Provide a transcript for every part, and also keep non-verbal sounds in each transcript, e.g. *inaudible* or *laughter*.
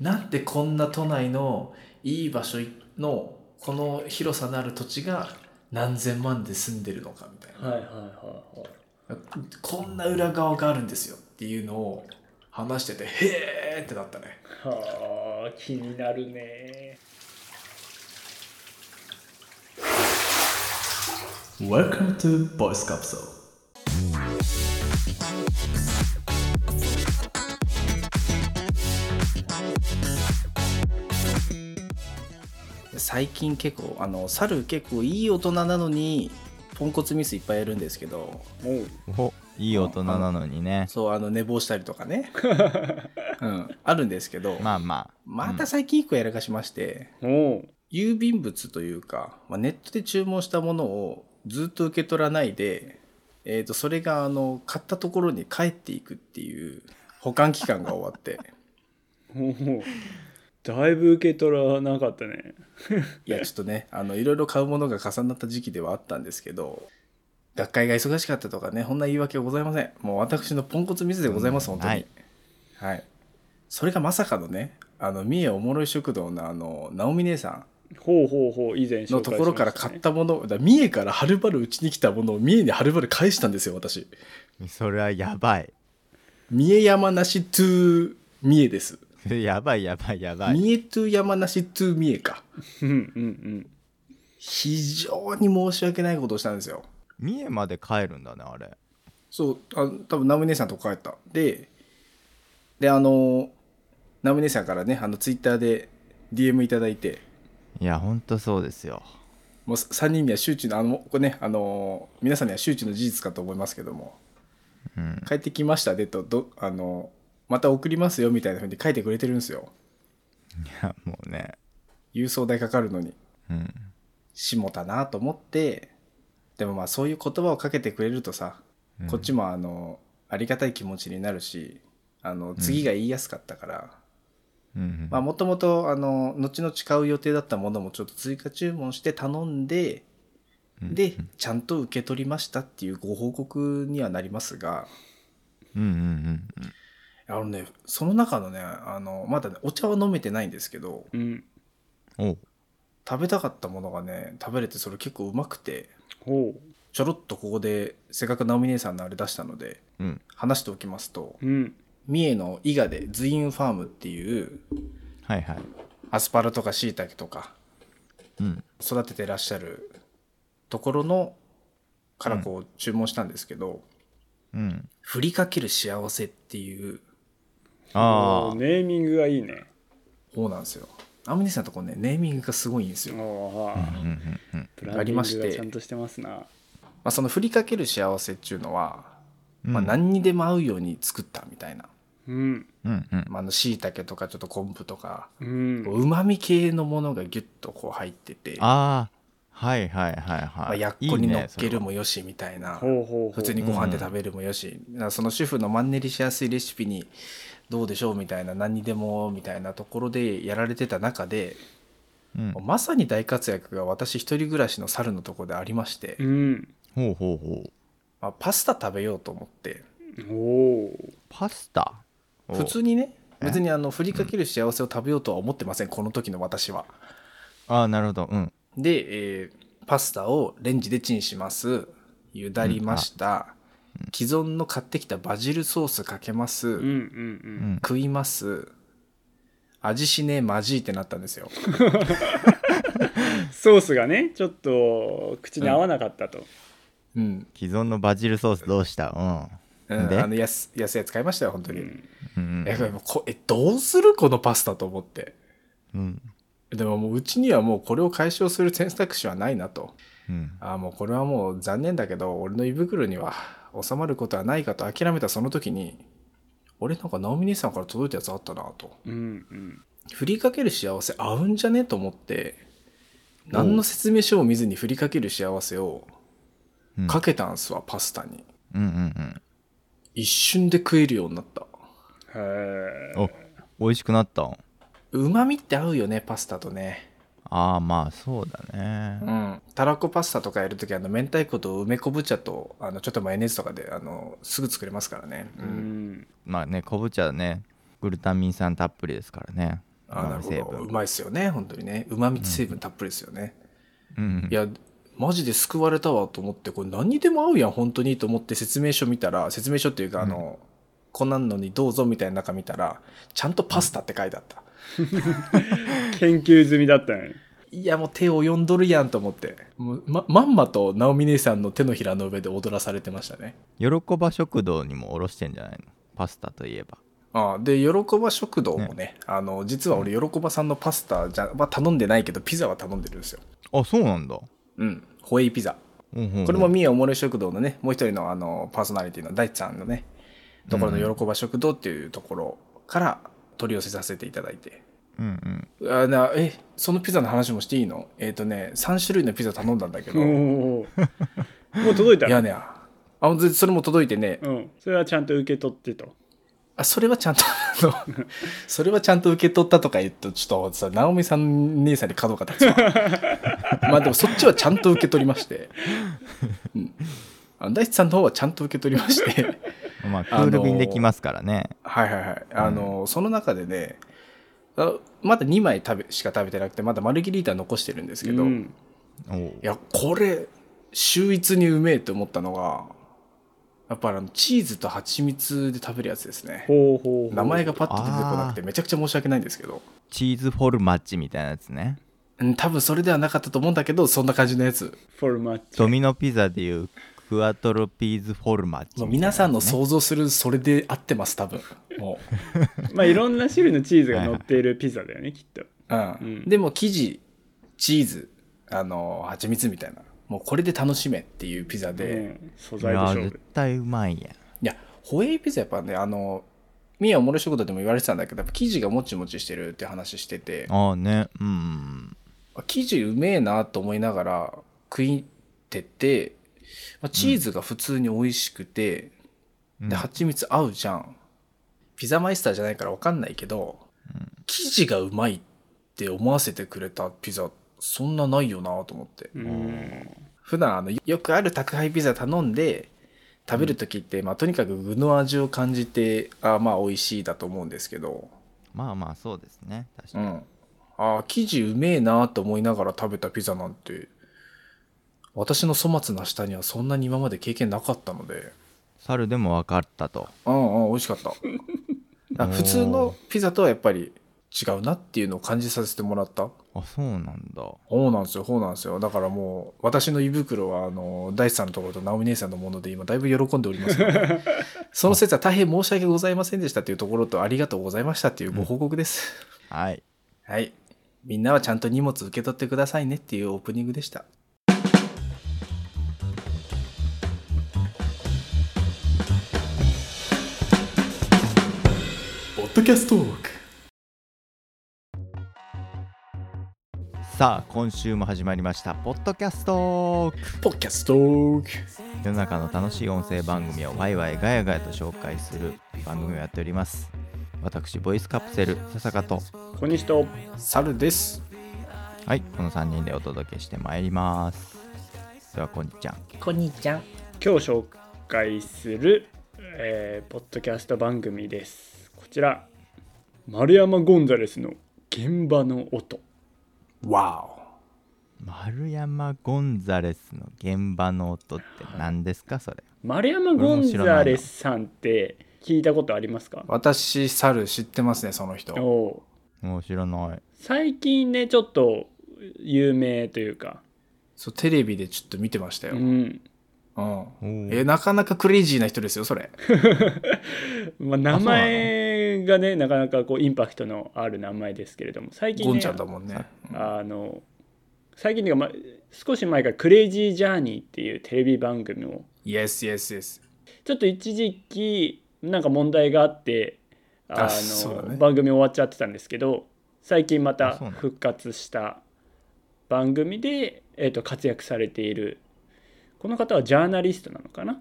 なんでこんな都内のいい場所のこの広さのある土地が何千万で住んでるのかみたいなはいはいはいはいこんな裏側があるんですよっていうのを話しててへーってなったねはあ気になるね Welcome to Voice Capsule 最近結構あの猿結構いい大人なのにポンコツミスいっぱいやるんですけどもうおいい大人なのにねそうあの寝坊したりとか *laughs* ね、うん、あるんですけど、まあまあまた最近一個やらかしまして、も郵便物というか、まあ、ネットで注文したものをずっと受け取らないで、えー、とそれがあの買ったところに帰っていくっていう保管期間が終わってうもうだいぶ受け取らなかったねいやちょっとねあのいろいろ買うものが重なった時期ではあったんですけど学会が忙しかったとかねこんな言い訳はございませんもう私のポンコツミスでございます、うん本当にはい、それがまさかのねあの三重おもろい食堂のあの直美姉さんほうほうほう以前紹介しました、ね、のところから買ったもの、だから三重からはるばるうちに来たものを三重にはるばる返したんですよ私それはやばい *laughs* 三重山梨 to 三重です、それやばいやばいやばい三重 to 山梨 to 三重かうんうん非常に申し訳ないことをしたんですよ三重まで帰るんだねあれそうあ多分ナム姉さんとこ帰ったでであのナム姉さんからねあのツイッターで DM いただいていやほんとそうですよもう3人には周知のあのこれねあの皆さんには周知の事実かと思いますけどもうん帰ってきましたでとどあのまた送りますよみたいなふうに書いてくれてるんですよいやもうね郵送代かかるのにうんしもたなと思ってでもまあそういう言葉をかけてくれるとさ、うんこっちもあのありがたい気持ちになるしあの次が言いやすかったから、うんうんまあもともとあの後々買う予定だったものもちょっと追加注文して頼んでうんでちゃんと受け取りましたっていうご報告にはなりますがうんうんうんあのねその中のねあのまだねお茶は飲めてないんですけどうんうんうんおう食べたかったものがね食べれてそれ結構うまくてほちょろっとここでせっかく直美姉さんのあれ出したのでうん話しておきますとううん三重の伊賀でズインファームっていうはいはいアスパラとか椎茸とかうん育ててらっしゃるところのからこう注文したんですけど、うんふりかける幸せっていうあおネーミングがいいね方なんですよ直美姉さんのとこねネーミングがすごいんですよ、まああうんうんうんブランディングがちゃんとしてますなあ、そのふりかける幸せっていうのは、うんまあ、何にでも合うように作ったみたいなうんうんうんまあ、あの椎茸とかちょっと昆布とかうんうまみ系のものがギュッとこう入っててああはいはいはいまあはいやっこに乗っけるももよしみたいなほうほうほう普通にご飯で食べるもよし、だからその主婦のマンネリしやすいレシピにどうでしょうみたいな何にでもみたいなところでやられてた中で、うんまさに大活躍が私一人暮らしの猿のとこでありまして、うんほうほうほうまあ、パスタ食べようと思っておおパスタおう普通にねえ別にあのふりかける幸せを食べようとは思ってませんこの時の私は。ああなるほどうんで、えーパスタをレンジでチンしますゆだりました、既存の買ってきたバジルソースかけます、うんうんううんん食います味しねえマジってなったんですよソースがねちょっと口に合わなかったと、うん、既存のバジルソースどうしたううんん、であの安安いやつ買いましたよ本当に、うんうんうんえもうこえどうするこのパスタと思ってうんでももううちにはもうこれを解消する選択肢はないなとうんああもうこれはもう残念だけど俺の胃袋には収まることはないかと諦めたその時に俺なんか直美兄さんから届いたやつあったなとうんうん振りかける幸せ合うんじゃねと思って何の説明書を見ずに振りかける幸せをうんかけたんすわ、パスタにうんうん一瞬で食えるようになったへうんお美味しくなったんうまみって合うよねパスタとねああまあそうだねうんたらこパスタとかやるときあの明太子と梅昆布茶とあのちょっとマヨネーズとかであのすぐ作れますからね、うえうんんまあね昆布茶ねグルタミン酸たっぷりですからねあーなる旨味ほ成ど分うまいっすよね本当にねうまみ成分たっぷりですよね、うんいやマジで救われたわと思ってこれ何にでも合うやん本当にと思って説明書見たら説明書っていうかあの、こんなんのにどうぞみたいな中見たらちゃんとパスタって書いてあった、研究済みだったねいやもう手を読んどるやんと思ってもうままんまと直美姉さんの手のひらの上で踊らされてましたね喜ば食堂にもおろしてんじゃないのパスタといえばああで喜ば食堂もねあの実は俺喜ばさんのパスタじゃは頼んでないけどピザは頼んでるんですよあそうなんだうんホエイピザここれも三重おもれ食堂のねもう一人のあのパーソナリティの大ちゃんのねところの喜ば食堂っていうところから取り寄せさせていただいて、うんうんあなえそのピザの話もしていいのえっ、とね3種類のピザ頼んだんだけおど、おいもう届いたやねあのずそれも届いてね、うんそれはちゃんと受け取ってとあ、それはちゃんと、あの、それはちゃんと受け取ったとか言うと、ちょっとさ、直美さん、姉さんに角が立つわ。まあでもそっちはちゃんと受け取りまして。うん。あの大地さんの方はちゃんと受け取りまして。まあクール便できますからね、はいはいはい。あの、その中でね、あまだ2枚食べ、しか食べてなくて、まだマルゲリータ残してるんですけど、ういんおうや、これ、秀逸にうめえと思ったのが、やっぱりあの、チーズと蜂蜜で食べるやつですね。ほうほうほう名前がパッと出てこなくて、めちゃくちゃ申し訳ないんですけど。チーズフォルマッチみたいなやつねうん、多分それではなかったと思うんだけど、そんな感じのやつ。フォルマッチドミノピザでいうクワトロピーズフォルマッチもうみたいな皆さんの想像するそれで合ってます、多分。もまあいろんな種類のチーズが乗っているピザだよねきっと *laughs* う。うん。うんでも生地、チーズ、あの、蜂蜜みたいな。もうこれで楽しめっていうピザで。うん素い材でや勝負絶対うまいやんいや、ホエイピザやっぱね、あの、ミヤおもろい仕事でも言われてたんだけど、やっぱ生地がもちもちしてるって話してて、ああねうん生地うめえなと思いながら食いてて、まあチーズが普通に美味しくて、うんで蜂蜜合うじゃんピザマイスターじゃないから分かんないけど、生地がうまいって思わせてくれたピザそんなないよなと思ってうん普段あのよくある宅配ピザ頼んで食べる時って、まあ、とにかく具の味を感じてあまあ美味しいだと思うんですけどまあまあそうですね確かうに、んあ生地うめえなと思いながら食べたピザなんて私の粗末な舌にはそんなに今まで経験なかったので猿でも分かったとうんうん美味しかったあ普通のピザとはやっぱり違うなっていうのを感じさせてもらったあそうなんだそうなんですよそうなんですよだからもう私の胃袋はあの大地さんのところと直美姉さんのもので今だいぶ喜んでおります *laughs* のでその説は大変申し訳ございませんでしたというところとありがとうございましたっていうご報告です、はいはいみんなはちゃんと荷物受け取ってくださいねっていうオープニングでしたポッドキャストトークさあ今週も始まりましたポッドキャストポッキャストーク世の中の楽しい音声番組をワイワイガヤガヤと紹介する番組をやっております私ボイスカプセルささかと小西と猿ですはいこの3人でお届けしてまいりますではこんにちはこんにちゃん今日紹介する、えーポッドキャスト番組ですこちら丸山ゴンザレスの現場の音わ丸山ゴンザレスの現場の音って何ですかそれ丸山ゴンザレスさんって聞いたことありますかお私猿知ってますねその人おおもう知らない最近ねちょっと有名というか、そうテレビでちょっと見てましたよ、ううんんおえなかなかクレイジーな人ですよそれまあ、名前がねなかなかこうインパクトのある名前ですけれども最近ゴンねちゃんだもんねあの最近というか、まあ、少し前から「クレイジージャーニー」っていうテレビ番組をイエスイエスイエスちょっと一時期なんか問題があってああそうの、だね番組終わっちゃってたんですけど最近まあたそうなんだ復活した番組で、えー、と活躍されているこの方はジャーナリストなのかな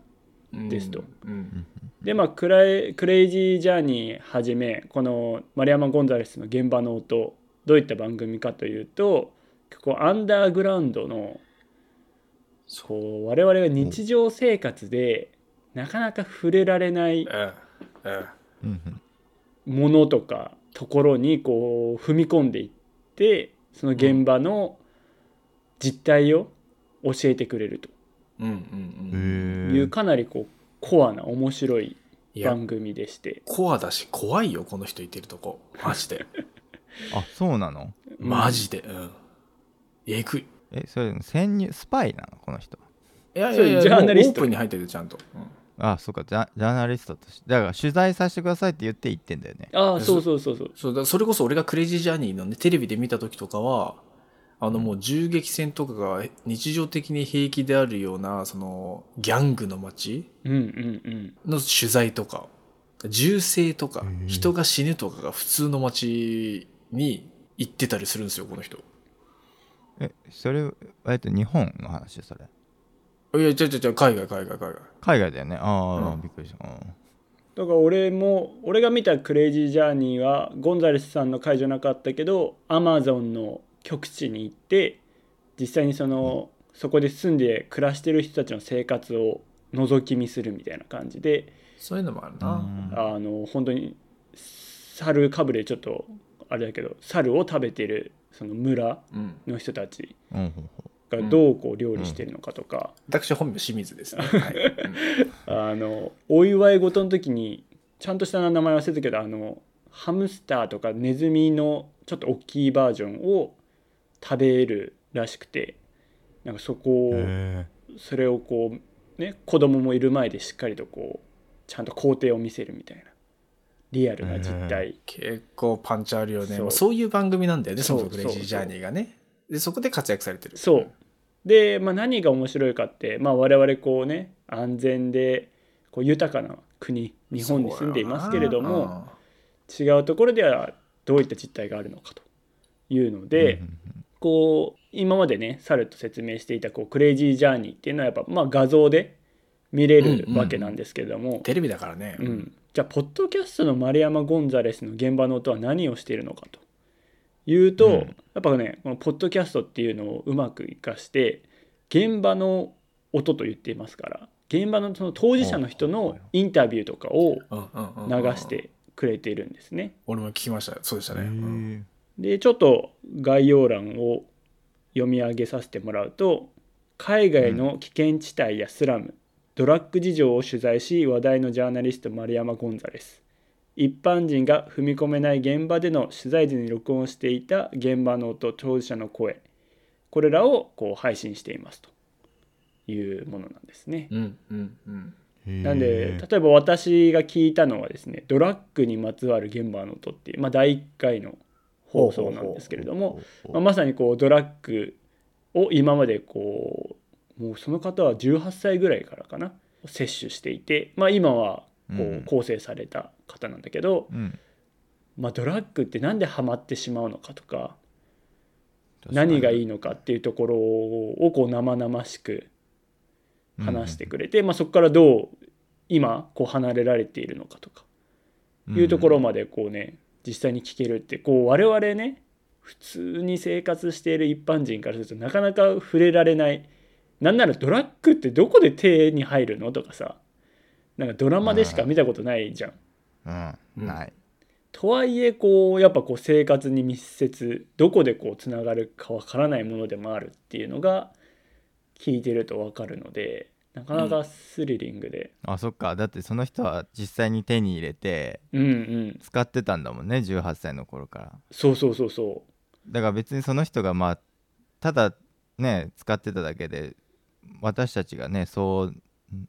ですとうんでまあクレイクレイジージャーニーはじめこの丸山ゴンザレスの現場の音どういった番組かというと結構アンダーグラウンドのこう我々が日常生活でなかなか触れられないうんうんうんうんものとかところにこう踏み込んでいってその現場の実態を教えてくれるうんうんうへん。とーいうかなりこうコアな面白いいや、番組でしてコアだし怖いよ、この人いてるとこ。マジ *laughs* で。あそうなのマジで。うん。えぐい。えそれ潜入スパイなのこの人いやいそやういや、ジャーナリストもうオープンに入ってる、ちゃんと。あそうかジャジャーナリストとしてだから取材させてくださいって言って行ってんだよねああそうそうそうそうそうだそれこそ俺がクレイジージャーニーのねテレビで見た時とかはあのもう銃撃戦とかが日常的に平気であるようなそのギャングの街うんうんうんの取材とか銃声とかへえ人が死ぬとかが普通の街に行ってたりするんですよこの人。えそれえっと日本の話それいや違う違う違う海外海外海外。海外だよねああ、うんびっくりした、うんだから俺も俺が見た「クレイジージャーニー」はゴンザレスさんの会じゃなかったけどアマゾンの極地に行って実際にその、そこで住んで暮らしてる人たちの生活を覗き見するみたいな感じで、そういうのもあるうな。んあの本当に猿かぶれちょっとあれだけど猿を食べてるその村うん。の人たちうんほうほがどうこう料理してるのかとか、私本名清水ですね。はい。うんあのお祝い事の時にちゃんとした名前忘れたけどあのハムスターとかネズミのちょっと大きいバージョンを食べるらしくてなんかそこをうへそれをこうね子供もいる前でしっかりとこうちゃんと工程を見せるみたいなリアルな実態結構パンチあるよねそうまあそういう番組なんだよねそそうのクレイジージャーニーがねでそこで活躍されてるそうで、まあ、何が面白いかって、まあ、我々こうね安全でこう豊かな国日本に住んでいますけれども、違うところではどういった実態があるのかというのえで、こう今までね猿と説明していたこうクレイジージャーニーっていうのはやっぱ、まあ、画像で見れるうんうんわけなんですけれども、テレビだからね、うんじゃあポッドキャストの丸山ゴンザレスの現場の音は何をしているのかというと、うんやっぱねこのポッドキャストっていうのをうまく活かして現場の音と言っていますから現場のその当事者の人のインタビューとかをうんうんうんうん流してくれているんですね。俺も聞きましたそうでしたね、うんでちょっと概要欄を読み上げさせてもらうと海外の危険地帯やスラム、ドラッグ事情を取材し話題のジャーナリスト丸山ゴンザレス一般人が踏み込めない現場での取材時に録音していた現場の音当事者の声これらをこう配信していますというものなんですね。うんうんうんなんで例えば私が聞いたのはですねドラッグにまつわる現場の音っていう、まあ、第1回の放送なんですけれどもまあまさにこうドラッグを今までこうもうその方は18歳ぐらいからかな摂取していて、まあ、今はこううん構成された方なんだけど、うんまあ、ドラッグってなんでハマってしまうのかとか確かに何がいいのかっていうところをこう生々しく話してくれて、まあ、そこからどう今こう離れられているのかとかいうところまでこうね実際に聞けるってこう我々ね普通に生活している一般人からするとなかなか触れられないなんならドラッグってどこで手に入るのとかさなんかドラマでしか見たことないじゃん。うん、うんないとはいえこうやっぱこう生活に密接どこでこうつながるかわからないものでもあるっていうのが聞いてるとわかるのでなかなかスリリングで、あそっかだってその人は実際に手に入れてうん、うん使ってたんだもんね18歳の頃からそうそうそうそだから別にその人がまあただね使ってただけで私たちがねそうう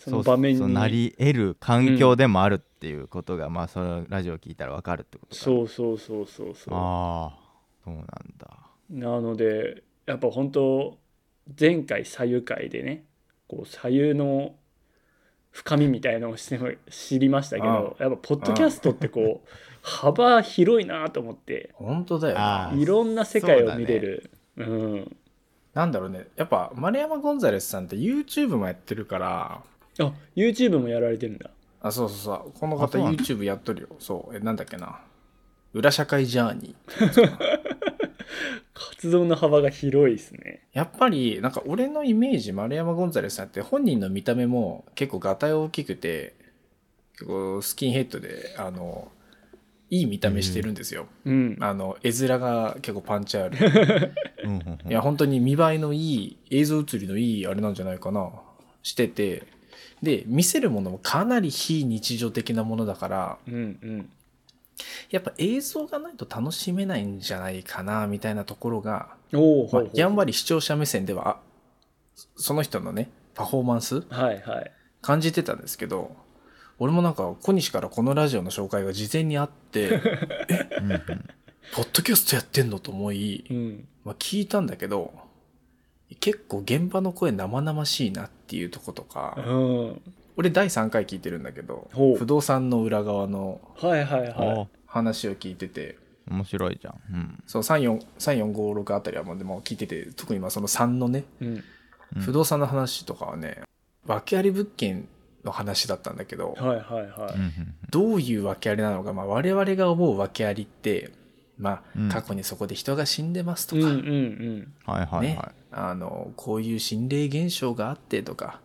その場面にそうなり得る環境でもあるっていうことが、まあそのラジオ聞いたら分かるってことかそうそうそうそうそうああそうなんだなのでやっぱ本当前回左右会でねこう左右の深みみたいのをして知りましたけどやっぱポッドキャストってこう幅広いなと思って。本当だよあなーいろんな世界を見れる。うん。なんだろうねやっぱ丸山ゴンザレスさんって YouTube もやってるからあ、YouTube もやられてるんだ。あそうそうそうこのあ方そうなんだ YouTube やっとるよそうえなんだっけな裏社会ジャーニー活動の幅が広いですね。やっぱりなんか俺のイメージ丸山ゴンザレスさんって本人の見た目も結構ガタイ大きくて結構スキンヘッドであのいい見た目してるんですよ、うんあの絵面が結構パンチあ *laughs* るうんうんうんいや本当に見栄えのいい映像映りのいいあれなんじゃないかなしててで見せるものもかなり非日常的なものだからうんうんやっぱ映像がないと楽しめないんじゃないかなみたいなところが、おお、まほあうほうやんわり視聴者目線ではあその人のねパフォーマンスはいはい感じてたんですけど俺もなんか小西からこのラジオの紹介が事前にあって *laughs* うんうんポッドキャストやってんのと思い、うんまあ、聞いたんだけど結構現場の声生々しいなっていうとことうかん俺第3回聞いてるんだけどほう不動産の裏側のはいはいはお話を聞いてて面白いじゃん。そう3456あたりはもうでも聞いてて特にまあその3のねいうんうん不動産の話とかはね、訳あり物件の話だったんだけど、はいはいはうんうんどういう訳ありなのか、まあ、我々が思う訳ありって、まうんあ、過去にそこで人が死んでますというんか、うんうんうんはいはいねはあのこういう心霊現象があってとか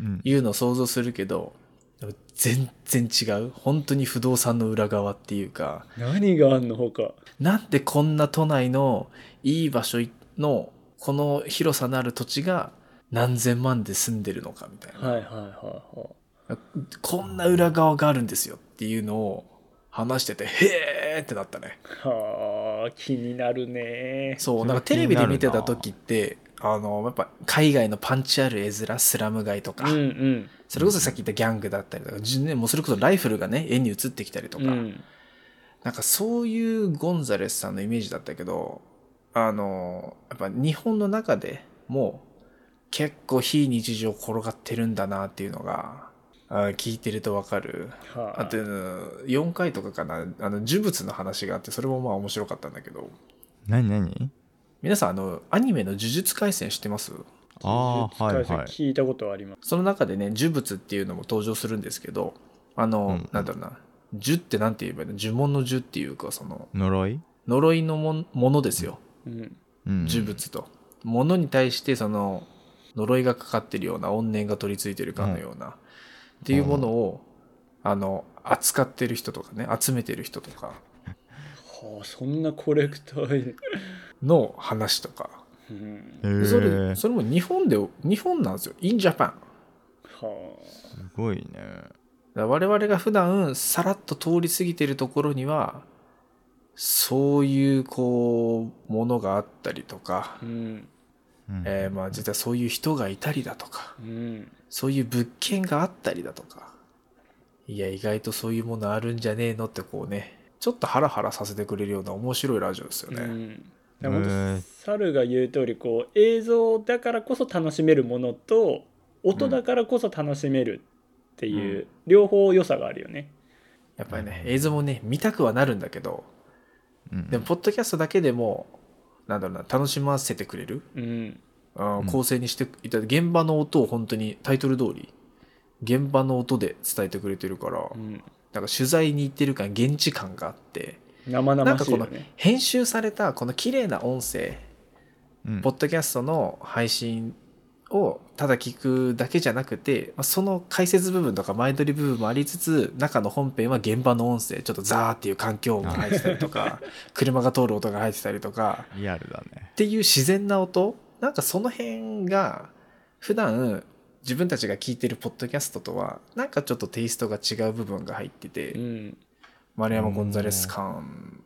いうん。いうのを想像するけどでも全然違う本当に不動産の裏側っていうか何があんのほかなんでこんな都内のいい場所のこの広さのある土地が何千万で住んでるのかみたいな。はいはいはいはいこんな裏側があるんですよっていうのを話してて、へーってなったね。はあ気になるねそう、それなんかテレビで見てた時って、あの、やっぱ海外のパンチある絵面、スラム街とか、うんうんそれこそさっき言ったギャングだったりとか、じねもうそれこそライフルがね、絵に映ってきたりとか、うんなんかそういうゴンザレスさんのイメージだったけど、あの、やっぱ日本の中でもう結構非日常転がってるんだなっていうのが、あ聞いてるとわかる。はあと4回とかかなあの呪物の話があってそれもまあ面白かったんだけど何何皆さんあのアニメの「呪術廻戦」知ってますああ、はい呪術廻はい。戦聞いたことありますその中でね呪物っていうのも登場するんですけどあの、うんなんだろうな呪ってなんて言えばいいの呪文の呪っていうかその呪い呪いのもんものですようんうん呪物と、ものに対してその呪いがかかってるような怨念が取り付いてるかのような、っていうものを、あの扱ってる人とかね集めてる人とかはあそんなコレクターの話とかうんへそれーすそれも日本で日本なんですよ in Japan はごいね。だから我々が普段さらっと通り過ぎてるところにはそういうこうものがあったりとかあ、うんうんえーまあ実はそういう人がいたりだとかうんそういう物件があったりだとかいや意外とそういうものあるんじゃねえのってこうねちょっとハラハラさせてくれるような面白いラジオですようね、んでも本へ当ー猿が言う通りこう映像だからこそ楽しめるものと音だからこそ楽しめるっていう、うん両方良さがあるよね。やっぱりね映像もね見たくはなるんだけどうんでもポッドキャストだけでもなんだろうな楽しませてくれるうん、あーうん構成にしていただいて現場の音を本当にタイトル通り現場の音で伝えてくれてるから、うん、なんか取材に行ってる感現地感があって生なん々かしいよこのね。編集されたこの綺麗な音声、うんポッドキャストの配信をただ聞くだけじゃなくてまあその解説部分とか前撮り部分もありつつ中の本編は現場の音声ちょっとザーっていう環境音が入ってたりと *laughs* か車が通る音が入ってたりとかリアルだねっ。ていう自然な音なんかその辺が普段自分たちが聞いてるポッドキャストとはなんかちょっとテイストが違う部分が入ってて、うん、丸山ゴンザレス感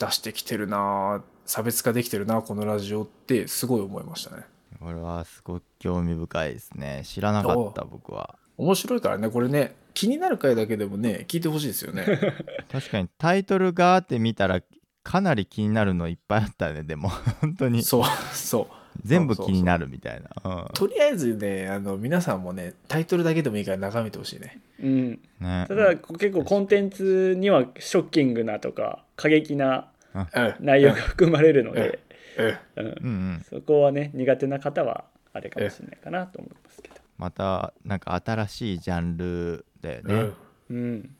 出してきてるな差別化できてるなこのラジオってすごい思いましたねこれはすごく興味深いですね。知らなかった僕は。面白いからねこれね気になる回だけでもね聞いてほしいですよね *laughs* 確かにタイトルがあって見たらかなり気になるのいっぱいあったね。でも *laughs* 本当にそうそう全部気になるみたいな。とりあえずねあの皆さんもねタイトルだけでもいいから眺めてほしいねうん、うんねただこう結構コンテンツにはショッキングなとか過激なうん内容が含まれるので、うんうん、うんうん。そこはね苦手な方はあれかもしれないかなと思いますけど。またなんか新しいジャンルだようね。んうん、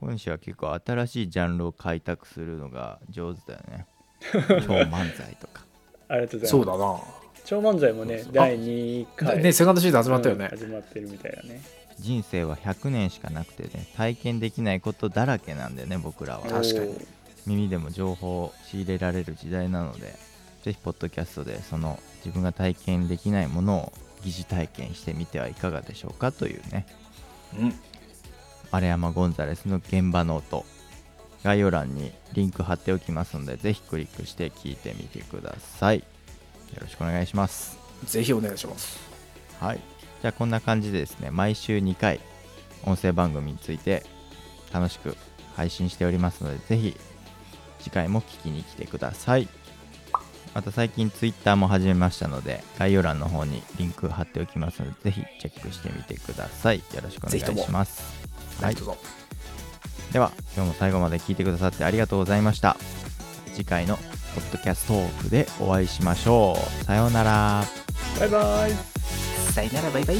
今週は結構新しいジャンルを開 *laughs* 拓するのが上手だよね。超漫才とか。ありがとうございます。そうだな超漫才もね第2回ねセカンドシーズン始まったようんね、始まってるみたいだね人生は100年しかなくてね体験できないことだらけなんでね僕らは確かにおー耳でも情報を仕入れられる時代なのでぜひポッドキャストでその自分が体験できないものを疑似体験してみてはいかがでしょうかというねうん、丸山ゴンザレスの現場の音概要欄にリンク貼っておきますのでぜひクリックして聞いてみてくださいよろしくお願いしますぜひお願いしますはいじゃあこんな感じでですね毎週2回音声番組について楽しく配信しておりますのでぜひ次回も聞きに来てくださいまた最近 Twitter も始めましたので概要欄の方にリンク貼っておきますのでぜひチェックしてみてくださいよろしくお願ぜいひともしますはいどうぞでは今日も最後まで聞いてくださってありがとうございました次回のポッドキャストトークでお会いしましょうさようならバイバイさよならバイバイ